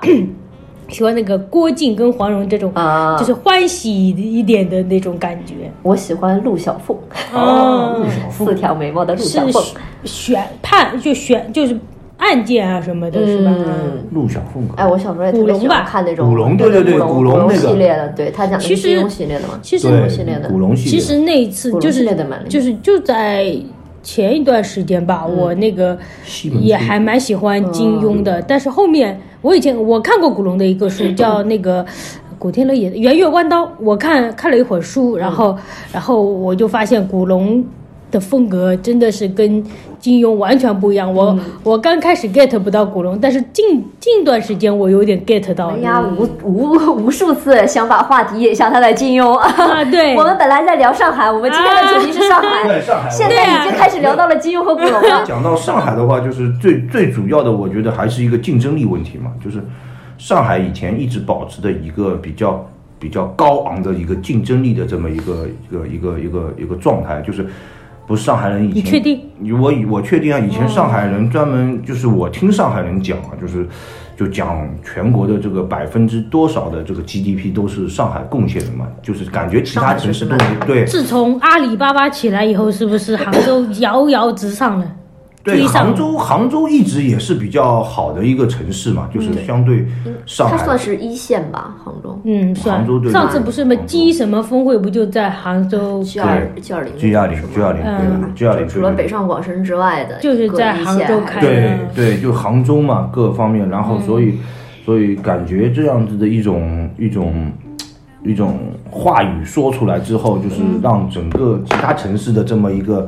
Speaker 3: 喜欢那个郭靖跟黄蓉这种，
Speaker 1: 啊
Speaker 3: 就是欢喜一点的那种感觉。
Speaker 1: 我喜欢陆小凤，
Speaker 2: 哦，陆小
Speaker 1: 四条眉毛的陆
Speaker 3: 是
Speaker 1: 小凤，
Speaker 3: 选判就选就是案件啊什么的，是吧？
Speaker 1: 嗯。
Speaker 2: 陆小凤啊可以
Speaker 1: 哎，我小时候也特别喜欢看那种
Speaker 2: 古龙吧
Speaker 1: 对
Speaker 2: 古龙
Speaker 1: 古
Speaker 2: 对对对古龙那个
Speaker 1: 系列的，对他讲的
Speaker 3: 其
Speaker 1: 是
Speaker 3: 实
Speaker 1: 金庸系列的嘛，
Speaker 3: 其实
Speaker 2: 对
Speaker 1: 系列的
Speaker 2: 古龙系列
Speaker 3: 其实那一次
Speaker 1: 古
Speaker 3: 就
Speaker 1: 龙系
Speaker 3: 是
Speaker 1: 列的蛮厉害
Speaker 3: 就是就在前一段时间吧，
Speaker 1: 嗯
Speaker 3: 我那个
Speaker 2: 西门庆
Speaker 3: 也还蛮喜欢金庸的，但是后面我以前我看过古龙的一个书，叫那个。古天乐演的《圆月弯刀》，我看看了一会儿书，然后，
Speaker 2: 嗯
Speaker 3: 然后我就发现古龙的风格真的是跟金庸完全不一样。
Speaker 2: 嗯
Speaker 3: 我、我刚开始 get 不到古龙，但是近近段时间我有点 get 到了。
Speaker 1: 哎呀，无
Speaker 3: 嗯
Speaker 1: 无 无数次想把话题引向他的金庸
Speaker 3: 啊对
Speaker 1: 我们本来在聊上海，我们今天的主题是上海，
Speaker 2: 啊对上海啊
Speaker 1: 现
Speaker 3: 啊
Speaker 1: 在已经开始聊到了金庸和古龙了。
Speaker 2: 讲到上海的话，就是最最主要的，我觉得还是一个竞争力问题嘛，就是上海以前一直保持的一个比较比较高昂的一个竞争力的这么一个一个一个一个一个状态，就是不是上海人以前
Speaker 3: 你确定？
Speaker 2: 我以我确定啊，以前上海人专门就是我听上海人讲啊，就是。就讲全国的这个百分之多少的这个 GDP 都是上海贡献的嘛，就是感觉其
Speaker 1: 上
Speaker 2: 他
Speaker 1: 海城
Speaker 2: 城市
Speaker 1: 市
Speaker 2: 都
Speaker 1: 蛮
Speaker 2: 没对，
Speaker 3: 自从阿里巴巴起来以后，是不是杭州遥遥直上了？
Speaker 2: 对，
Speaker 3: 追上
Speaker 2: 杭州杭州一直也是比较好的一个城市嘛，就是相对上
Speaker 1: 嗯它
Speaker 2: 海。
Speaker 1: 算是一线吧，杭州
Speaker 3: 嗯，算
Speaker 2: 杭州对。
Speaker 3: 上次不是什么
Speaker 2: 杭州
Speaker 3: G 什么峰会，不就在杭州？
Speaker 1: G 二 G 二零
Speaker 2: G 二零 G 二零
Speaker 3: 嗯
Speaker 2: 对 G 二零，
Speaker 1: 除了北上广深之外的，
Speaker 3: 就是
Speaker 1: 各
Speaker 3: 在
Speaker 1: 一
Speaker 3: 杭
Speaker 1: 线
Speaker 3: 州
Speaker 1: 还
Speaker 3: 开
Speaker 1: 是
Speaker 3: 的嗯
Speaker 2: 对对，就杭州嘛，各方面，然后所以、所以感觉这样子的一种一种一种话语说出来之后，就是
Speaker 3: 嗯
Speaker 2: 让整个其他城市的这么一个。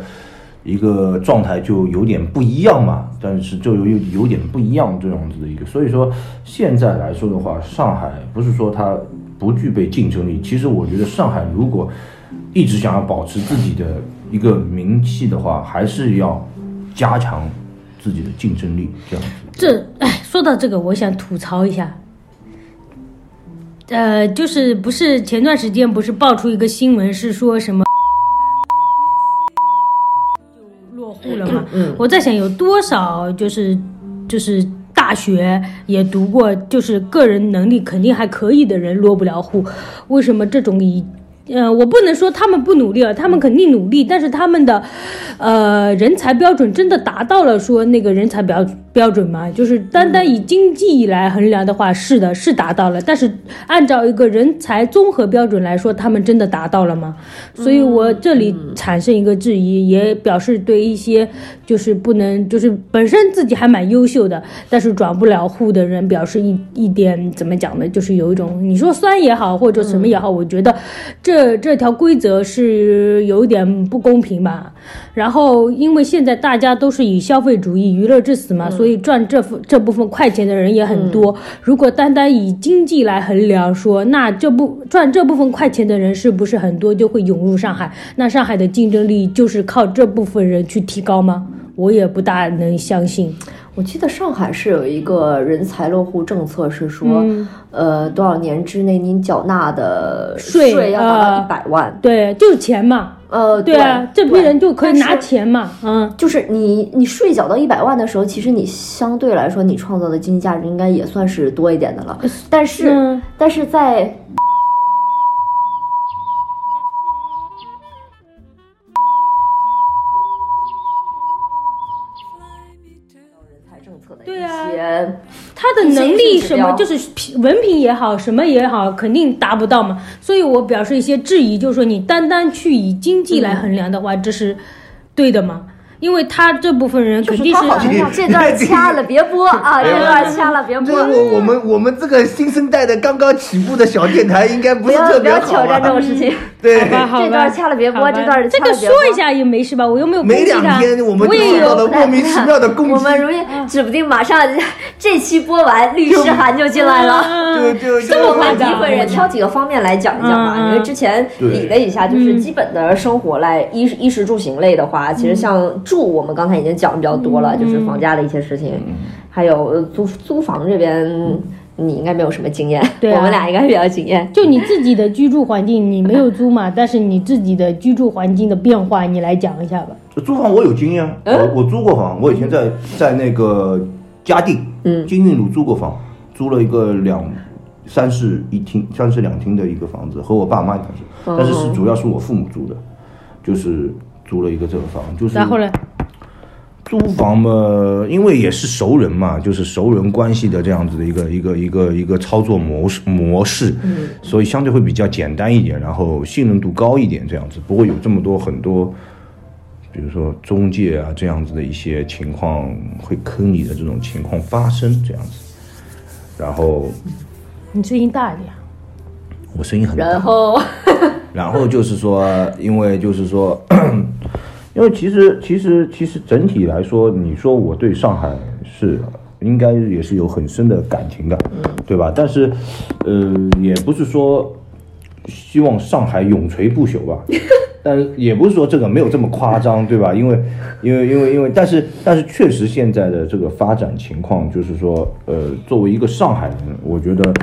Speaker 2: 一个状态就有点不一样嘛，但是就有有有点不一样这样子的一个，所以说现在来说的话，上海不是说它不具备竞争力，其实我觉得上海如果一直想要保持自己的一个名气的话，还是要加强自己的竞争力，这样子。
Speaker 3: 这哎，说到这个，我想吐槽一下。呃，就是不是前段时间不是爆出一个新闻，是说什么就落户了嘛？我在想有多少就是就是大学也读过，就是个人能力肯定还可以的人落不了户，为什么这种以呃，我不能说他们不努力了，他们肯定努力，但是他们的，呃，人才标准真的达到了说那个人才标标准吗？就是单单以经济来衡量的话，是的，是达到了，但是按照一个人才综合标准来说，他们真的达到了吗？所以我这里产生一个质疑，也表示对一些就是不能，就是本身自己还蛮优秀的，但是转不了户的人，表示一一点怎么讲呢？就是有一种你说酸也好，或者什么也好，我觉得这这条规则是有一点不公平吧。然后因为现在大家都是以消费主义、娱乐至死
Speaker 1: 嗯
Speaker 3: 嘛，所以赚这份这部分快钱的人也很多。如果单单以经济来衡量说，那这部赚这部分快钱的人是不是很多就会涌入上海？那上海的竞争力就是靠这部分人去提高吗？我也不大能相信。
Speaker 1: 我记得上海是有一个人才落户政策，是说，
Speaker 3: 嗯
Speaker 1: 呃，多少年之内您缴纳的
Speaker 3: 税
Speaker 1: 税要达到
Speaker 3: 呃
Speaker 1: 一百万。
Speaker 3: 对，就是钱嘛。
Speaker 1: 呃，
Speaker 3: 对啊，这批
Speaker 1: 对
Speaker 3: 人就可以拿
Speaker 1: 但是
Speaker 3: 钱嘛。嗯，
Speaker 1: 就是你，你税缴到一百万的时候，其实你相对来说，你创造的经济价值应该也算是多一点的了。但是，
Speaker 3: 呃嗯啊
Speaker 1: 但是在政策的
Speaker 3: 对
Speaker 1: 一
Speaker 3: 啊
Speaker 1: 些
Speaker 3: 他的能力什么，就是文凭也好，什么也好，肯定达不到嘛。所以我表示一些质疑，就是说你单单去以经济来衡量的话，这是对的吗？因为他这部分人肯定
Speaker 1: 他好
Speaker 3: 是
Speaker 1: 像要这段掐了别 播啊，这段掐了别播，
Speaker 2: 我我们我们这个新生代的刚刚起步的小电台，应该不
Speaker 1: 不要不要挑战这种事 情。
Speaker 2: 啊对
Speaker 3: 好吧，好吧，
Speaker 1: 这段掐了别播
Speaker 3: 好吧
Speaker 1: 这段掐了
Speaker 3: 这
Speaker 1: 别播
Speaker 3: 个说一下也没事吧？我又没有攻
Speaker 2: 没
Speaker 3: 击
Speaker 2: 两
Speaker 3: 他，
Speaker 2: 天我们就
Speaker 3: 也
Speaker 2: 知 道了
Speaker 3: 有。
Speaker 2: 莫名其妙的攻击
Speaker 1: 我们如意，指不定马上 这期播完，律师函嗯就进来了。
Speaker 2: 就
Speaker 3: 嗯
Speaker 2: 就就
Speaker 1: 这么
Speaker 3: 夸
Speaker 1: 快
Speaker 3: 张
Speaker 1: 诋毁人，挑几个方面来讲一讲吧。
Speaker 3: 嗯嗯
Speaker 1: 因为之前理了一下，就是基本的生活来衣衣食住行类的话，其实像住我们刚才已经讲比较多了，就是房价的一些事情，还有呃租租房这边。你应该没有什么经验，
Speaker 3: 对啊
Speaker 1: 我们俩应该比较有经验。
Speaker 3: 就你自己的居住环境，你没有租 嘛，但是你自己的居住环境的变化，你来讲一下吧。
Speaker 2: 租房我有经验，啊
Speaker 1: 嗯
Speaker 2: 我我租过房，我以前在在那个嘉定，嗯，金韵路租过房，租了一个两三室一厅、三室两厅的一个房子，和我爸妈一开始，但是
Speaker 1: 哦
Speaker 2: 是主要是我父母租的，就是租了一个这个房，就是
Speaker 3: 然后呢？
Speaker 2: 租房嘛，因为也是熟人嘛，就是熟人关系的这样子的一个一个一个一个操作模式模式，
Speaker 1: 嗯
Speaker 2: 所以相对会比较简单一点，然后信任度高一点，这样子不会有这么多很多，比如说中介啊这样子的一些情况会坑你的这种情况发生这样子。然后
Speaker 3: 你声音大一点。
Speaker 2: 我声音很大，
Speaker 1: 然后
Speaker 2: 然后就是说，因为就是说，因为其实其实其实整体来说，你说我对上海是应该也是有很深的感情的，对吧？但是，呃，也不是说希望上海永垂不朽吧。但也不是说这个没有这么夸张，对吧？因为，因为，因为，因为，但是，但是，确实现在的这个发展情况，就是说，呃，作为一个上海人，我觉得，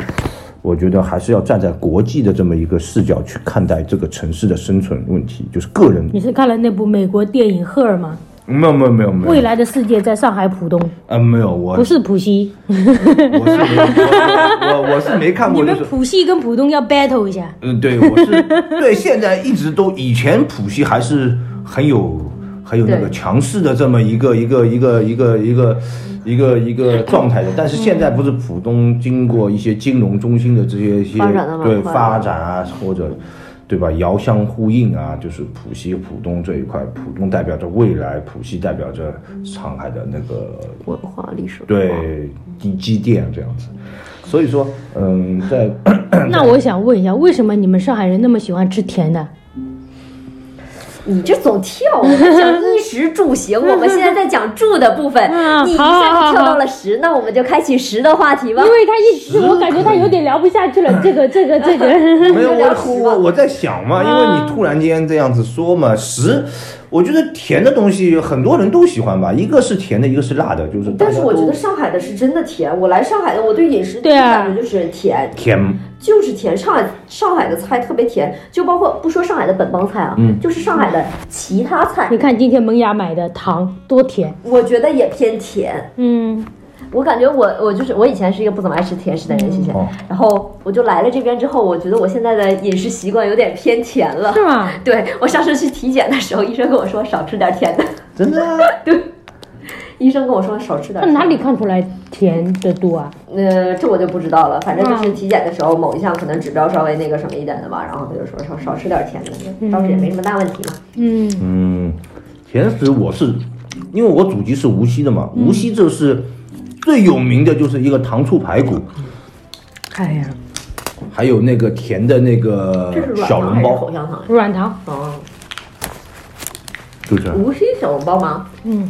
Speaker 2: 我觉得还是要站在国际的这么一个视角去看待这个城市的生存问题，就是个人。
Speaker 3: 你是看了那部美国电影《赫尔》吗？
Speaker 2: 没有，没有，没有，没有。
Speaker 3: 未来的世界在上海浦东，
Speaker 2: 呃，没有，我
Speaker 3: 不是浦西。
Speaker 2: 我是没有我我我是没看
Speaker 3: 你
Speaker 2: 过，就
Speaker 3: 们
Speaker 2: 是
Speaker 3: 浦西跟浦东要 battle 一下。
Speaker 2: 嗯，对，我是对现在一直都，以前浦西还是很有很有那个
Speaker 1: 对
Speaker 2: 强势的这么一个一个一个一个一个一个一个状态的，但是现在不是浦东经过一些金融中心的这些一些
Speaker 1: 发展得蛮
Speaker 2: 对
Speaker 1: 快的
Speaker 2: 发展啊或者。对吧？遥相呼应啊，就是浦西、浦东这一块，浦东代表着未来，浦西代表着上海的那个
Speaker 1: 文化历史文化
Speaker 2: 对积积淀这样子。所以说，嗯， 在
Speaker 3: 那我想问一下，为什么你们上海人那么喜欢吃甜的？
Speaker 1: 你这总跳，我们讲衣食住行，我们现在在讲住的部分
Speaker 3: 嗯，
Speaker 1: 你一
Speaker 3: 好好
Speaker 1: 下
Speaker 3: 好啊
Speaker 1: 就跳到了食，那我们就开启食的话题吧
Speaker 2: 嗯
Speaker 3: 因。为他一直，我感觉他有点聊不下去 了。这个，这个，这个。
Speaker 2: 没有，
Speaker 1: 就聊
Speaker 2: 我
Speaker 1: 食
Speaker 2: 我
Speaker 1: 吧
Speaker 2: 我在想嘛，因为
Speaker 1: 嗯
Speaker 2: 你突然间这样子说嘛，食，我觉得甜的东西很多人都喜欢吧，一个是甜的，一个是辣的，就是大
Speaker 1: 但
Speaker 2: 家
Speaker 1: 是
Speaker 2: 都
Speaker 1: 我觉得上海的是真的甜，我来上海的，我对饮食的
Speaker 3: 哦对啊
Speaker 1: 感觉就是甜，
Speaker 2: 甜，
Speaker 1: 就是甜。上海上海的菜特别甜，就包括不说上海的本帮菜啊，就是上海的其他菜
Speaker 3: 你，看今天萌芽买的糖多甜，
Speaker 1: 我觉得也偏甜。
Speaker 3: 嗯，
Speaker 1: 我感觉我我就是我以前是一个不怎么爱吃甜食的人，其实
Speaker 2: 哦，
Speaker 1: 然后我就来了这边之后，我觉得我现在的饮食习惯有点偏甜了。
Speaker 3: 是吗？
Speaker 1: 对我上次去体检的时候，医生跟我说少吃点甜的。
Speaker 2: 真的啊，
Speaker 1: 医生跟我说少吃点
Speaker 3: 那
Speaker 1: 甜的。
Speaker 3: 哪里看出来甜的多啊？
Speaker 1: 呃，这我就不知道了，反正就是
Speaker 3: 嗯
Speaker 1: 体检的时候某一项可能指标稍微那个什么一点的吧，然后他就说少少吃点甜的，倒是也没什么大问题嘛。
Speaker 3: 嗯，
Speaker 2: 嗯，甜食我是，因为我祖籍是无锡的嘛，无
Speaker 1: 嗯
Speaker 2: 锡这是最有名的就是一个糖醋排骨，
Speaker 3: 哎呀，
Speaker 2: 还有那个甜的那个
Speaker 1: 这是
Speaker 2: 嗯
Speaker 1: 软
Speaker 2: 小
Speaker 1: 糖
Speaker 2: 笼
Speaker 1: 还是
Speaker 2: 包
Speaker 1: 口，香糖呀？
Speaker 3: 软糖，
Speaker 1: 哦，
Speaker 2: 就是
Speaker 1: 无锡小笼包吗？
Speaker 3: 嗯，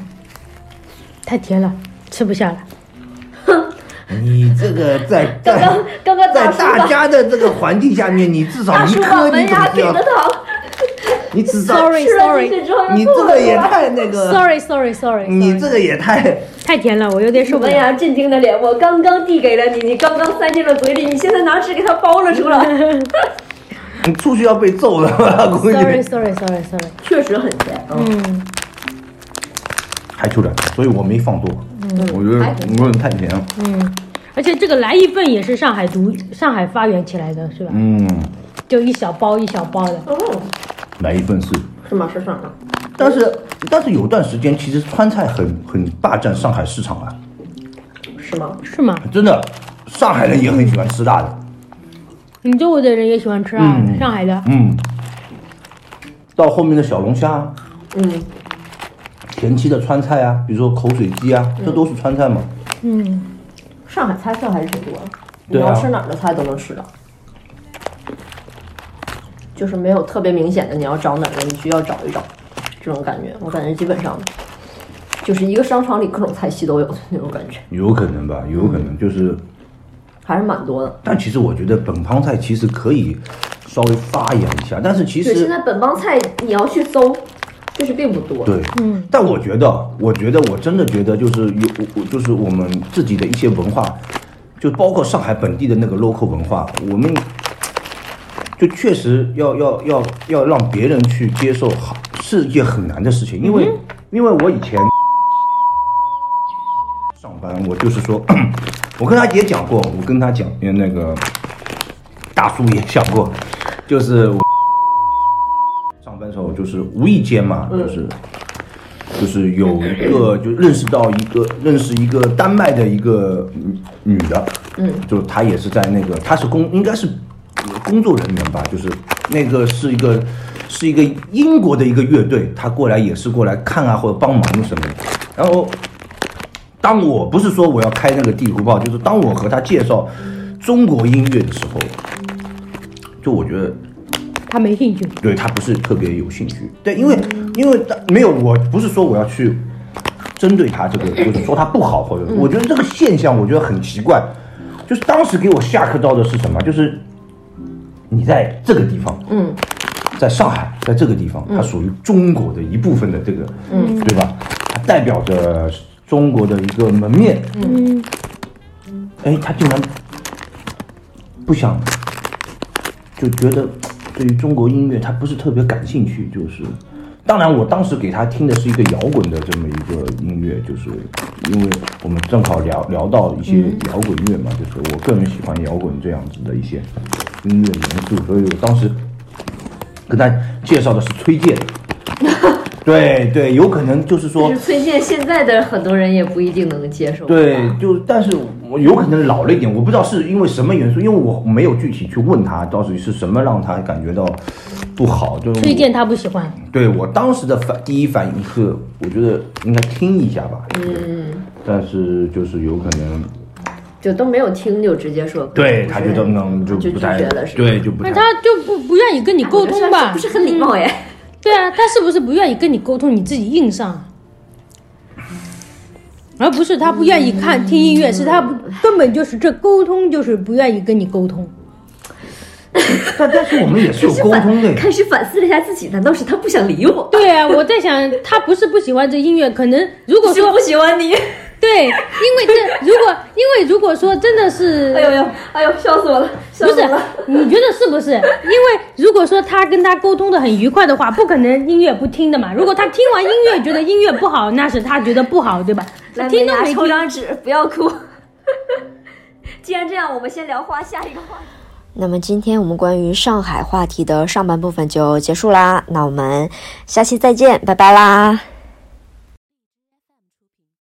Speaker 3: 太甜了，吃不下了。
Speaker 2: 你这个在
Speaker 1: 刚
Speaker 2: 在
Speaker 1: 刚刚刚
Speaker 2: 在
Speaker 1: 大叔
Speaker 2: 大
Speaker 1: 把
Speaker 2: 家的这个环境下面，你至少
Speaker 1: 大
Speaker 2: 一
Speaker 1: 叔把
Speaker 2: 颗
Speaker 1: 门
Speaker 2: 你总
Speaker 1: 牙
Speaker 2: 是
Speaker 1: 给
Speaker 2: 要
Speaker 1: 的，糖，
Speaker 2: 你至少
Speaker 3: Sorry
Speaker 1: 吃了进去之后又
Speaker 2: 你
Speaker 1: 吐
Speaker 2: 这
Speaker 1: 了
Speaker 2: 个
Speaker 1: 出
Speaker 2: 也
Speaker 1: 来。
Speaker 2: 太那个，
Speaker 3: Sorry，Sorry，Sorry，哎
Speaker 2: 你这个也太
Speaker 3: 呃太甜了，我有点受不
Speaker 1: 门
Speaker 3: 了。
Speaker 1: 牙震惊的脸，我刚刚递给了你，你刚刚塞进了嘴里，你现在拿纸给它包了 出来，
Speaker 2: 你出去要被揍了，估计
Speaker 3: Sorry，Sorry，Sorry，Sorry，
Speaker 1: 确实很甜。嗯
Speaker 3: 嗯，
Speaker 2: 还出来，所以我没放多。我觉
Speaker 1: 嗯还
Speaker 2: 得有点太甜了。
Speaker 3: 而且这个来一份也是上海独上海发源起来的，是吧？
Speaker 2: 嗯，
Speaker 3: 就一小包一小包的。
Speaker 1: 哦，
Speaker 2: 来一份是，
Speaker 1: 是吗？是上海。
Speaker 2: 但是但是有段时间其实川菜很很霸占上海市场啊，
Speaker 1: 是吗？
Speaker 3: 是吗？
Speaker 2: 真的，上海人也很喜欢吃辣的。
Speaker 3: 你周围的人也喜欢吃啊，
Speaker 2: 嗯
Speaker 3: 上海的。
Speaker 2: 嗯，到后面的小龙虾，
Speaker 1: 嗯，
Speaker 2: 前期的川菜啊，比如说口水鸡啊，这都是川菜嘛。
Speaker 3: 嗯，
Speaker 1: 上海菜色还是挺多的，你
Speaker 2: 对啊
Speaker 1: 要吃哪儿的菜都能吃到，就是没有特别明显的你要找哪儿的，你需要找一找这种感觉。我感觉基本上就是一个商场里各种菜系都有的那种感觉，
Speaker 2: 有可能吧，有可能就是
Speaker 1: 还是蛮多的。
Speaker 2: 但其实我觉得本帮菜其实可以稍微发扬一下，但是其
Speaker 1: 对，现
Speaker 2: 实
Speaker 1: 在本帮菜你要去搜，就是并不多。
Speaker 2: 对，嗯，但我觉得，我觉得我真的觉得就是有，我我就是我们自己的一些文化，就包括上海本地的那个 local 文化，我们就确实要要要要让别人去接受，好是一件很难的事情，因为、因为我以前上班，我就是说，我跟他也讲过，我跟他讲那个大叔也讲过，就是我上班时候就是无意间嘛，就是就是有一个就认识到一个认识一个丹麦的一个女女的，嗯，就是她也是在那个她是工应该是工作人员吧，就是那个是一个是一个英国的一个乐队，她过来也是过来看啊或者帮忙什么的，然后当我不是说我要开那个地图炮，就是当我和他介绍中国音乐的时候，就我觉得
Speaker 3: 他没兴趣。
Speaker 2: 对他不是特别有兴趣。对，因为因为他没有，我不是说我要去针对他这个，就是说他不好，或者我觉得这个现象我觉得很奇怪，就是当时给我吓克到的是什么？就是你在这个地方，嗯。在上海，在这个地方，它属于中国的一部分的这个，嗯，对吧？它代表着中国的一个门面，
Speaker 3: 嗯，
Speaker 2: 哎，他竟然不想，就觉得对于中国音乐他不是特别感兴趣，就是。当然，我当时给他听的是一个摇滚的这么一个音乐，就是因为我们正好聊聊到一些摇滚乐嘛，就是我个人喜欢摇滚这样子的一些音乐元素，所以我当时跟他介绍的是崔健， 对对，有可能就是说
Speaker 1: 但是崔健现在的很多人也不一定能接受。
Speaker 2: 对，就但是我有可能老了一点，我不知道是因为什么元素，因为我没有具体去问他到底是什么让他感觉到不好。就是我
Speaker 3: 推荐他不喜欢，
Speaker 2: 对我当时的反第一反应是，我觉得应该听一下吧。嗯，但是就是有可能，
Speaker 1: 就都没有听就直接说。
Speaker 2: 对他觉得嗯就
Speaker 1: 就
Speaker 2: 不太
Speaker 1: 拒绝了是吧
Speaker 2: 对就不
Speaker 3: 那
Speaker 2: 太
Speaker 3: 他就不不愿意跟你沟通吧？
Speaker 1: 不是很礼貌哎。
Speaker 3: 对啊，他是不是不愿意跟你沟通，你自己硬上啊？而不是他不愿意看、听音
Speaker 1: 嗯
Speaker 3: 乐，是他不根本就是这沟通就是不愿意跟你沟 通。
Speaker 2: 但但是我们也是有沟通的呀。
Speaker 1: 开始反思了一下自己，难道是他不想理我？
Speaker 3: 对啊，我在想，他不是不喜欢这音乐，可能如果
Speaker 1: 就
Speaker 3: 说
Speaker 1: 不喜欢你。
Speaker 3: 对，因为这如果因为如果说真的是，
Speaker 1: 哎呦呦，哎呦，笑死我了，笑
Speaker 3: 不
Speaker 1: 死
Speaker 3: 是
Speaker 1: 我了。，
Speaker 3: 你觉得是不是？因为如果说他跟他沟通的很愉快的话，不可能音乐不听的嘛。如果他听完音乐觉得音乐不好，那是他觉得不好，对吧？
Speaker 1: 来，
Speaker 3: 听都
Speaker 1: 美
Speaker 3: 没
Speaker 1: 伢抽
Speaker 3: 听。
Speaker 1: 张纸，不要哭。 既然这样，我们先聊话下一个话题。
Speaker 6: 那么今天我们关于上海话题的上半部分就结束啦，那我们下期再见，拜拜啦。